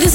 this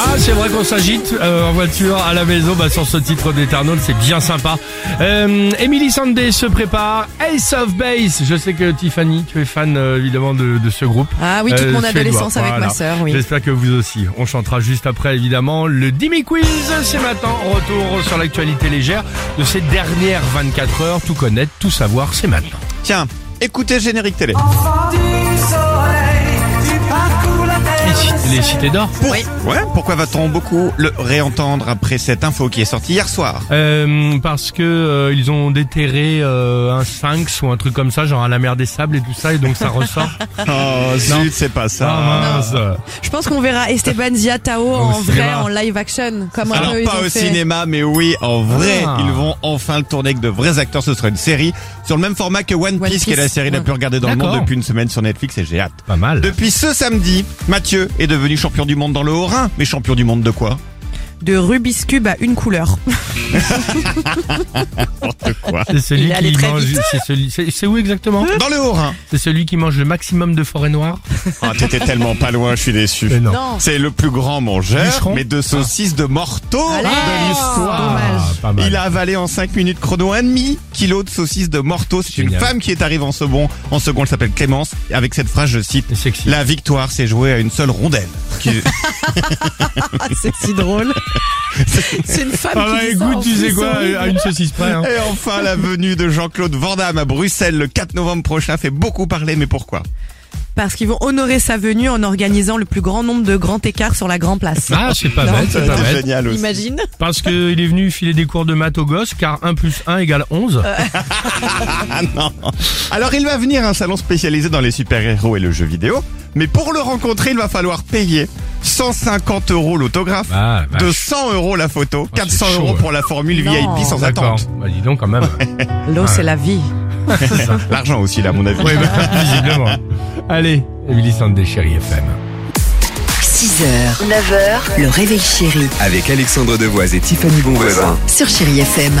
Ah, c'est vrai qu'on s'agite euh, en voiture, à la maison, bah, sur ce titre d'Eternal, c'est bien sympa. Euh, Emily Sandé se prépare, Ace of Base. Je sais que Tiffany, tu es fan euh, évidemment de, de ce groupe. Euh, Ah oui, toute mon suédois. adolescence avec ma sœur, oui. J'espère que vous aussi. On chantera juste après évidemment le Dimi Quiz. C'est maintenant, retour sur l'actualité légère de ces dernières 24 heures. Tout connaître, tout savoir, c'est maintenant. Tiens, écoutez le générique télé. Les cités- Les cités d'or. Pour- Ouais, pourquoi va-t-on beaucoup le réentendre après cette info qui est sortie hier soir Euh, parce que euh, ils ont déterré euh, un sphinx ou un truc comme ça, genre à la mer des sables et tout ça, et donc ça ressort. Oh zut, c'est pas ça. Ah mince. Je pense qu'on verra Esteban Ziatao Au en vrai, cinéma. en live action. Comme un Alors peu, ils pas ont au fait. cinéma, mais oui, en vrai, Ah. ils vont enfin le tourner avec de vrais acteurs. Ce sera une série sur le même format que One, Piece, qui est la Piece, série la ouais. plus regardée dans le monde D'accord. depuis une semaine sur Netflix et j'ai hâte. Pas mal. Depuis ce samedi, Mathieu est devenu champion du monde dans le Haut-Rhin. Mais champion du monde de quoi de Rubik's Cube à une couleur. De quoi C'est celui Il est allé qui très mange. C'est celui. C'est c'est où exactement Dans le Haut-Rhin. C'est celui qui mange le maximum de forêt noire. Ah, t'étais tellement pas loin, je suis déçu. non. C'est le plus grand mangeur, Bûcheron mais de saucisses de morteau Ah, de l'histoire. Ah, pas mal. Il a avalé en 5 minutes chrono un demi kilo de saucisses de morteau. C'est une Génial. femme qui est arrivée en second. En second, elle s'appelle Clémence. Avec cette phrase, je cite, C'est sexy. la victoire s'est jouée à une seule rondelle. Qui- C'est si drôle. C'est une femme Ah bah qui dit ça en écoute, tu plus, sais c'est quoi, euh. horrible. à une saucisse près. hein. Et enfin, la venue de Jean-Claude Van Damme à Bruxelles le 4 novembre prochain fait beaucoup parler, mais pourquoi? Parce qu'ils vont honorer sa venue en organisant le plus grand nombre de grands écarts sur la Grand Place. Ah, c'est pas Non, bête, c'est pas C'est bête. génial aussi. Imagine. Parce que il est venu filer des cours de maths aux gosses, car 1 plus 1 égale 11. Ah non. Alors il va venir à un salon spécialisé dans les super-héros et le jeu vidéo, mais pour le rencontrer, il va falloir payer 150 euros l'autographe, Ah, vache. Oh, 200 euros la photo, c'est 400 chaud, euros ouais. pour la formule Non. VIP sans D'accord. attente. Bah dis donc quand même. L'eau, c'est la vie. L'argent aussi, là, à mon avis. Ouais, bah, visiblement. Allez, Emily Sandé, chérie FM. 6h, 9h, le réveil chéri Avec Alexandre Devoise et Tiffany Bonvoisin. sur Chérie FM.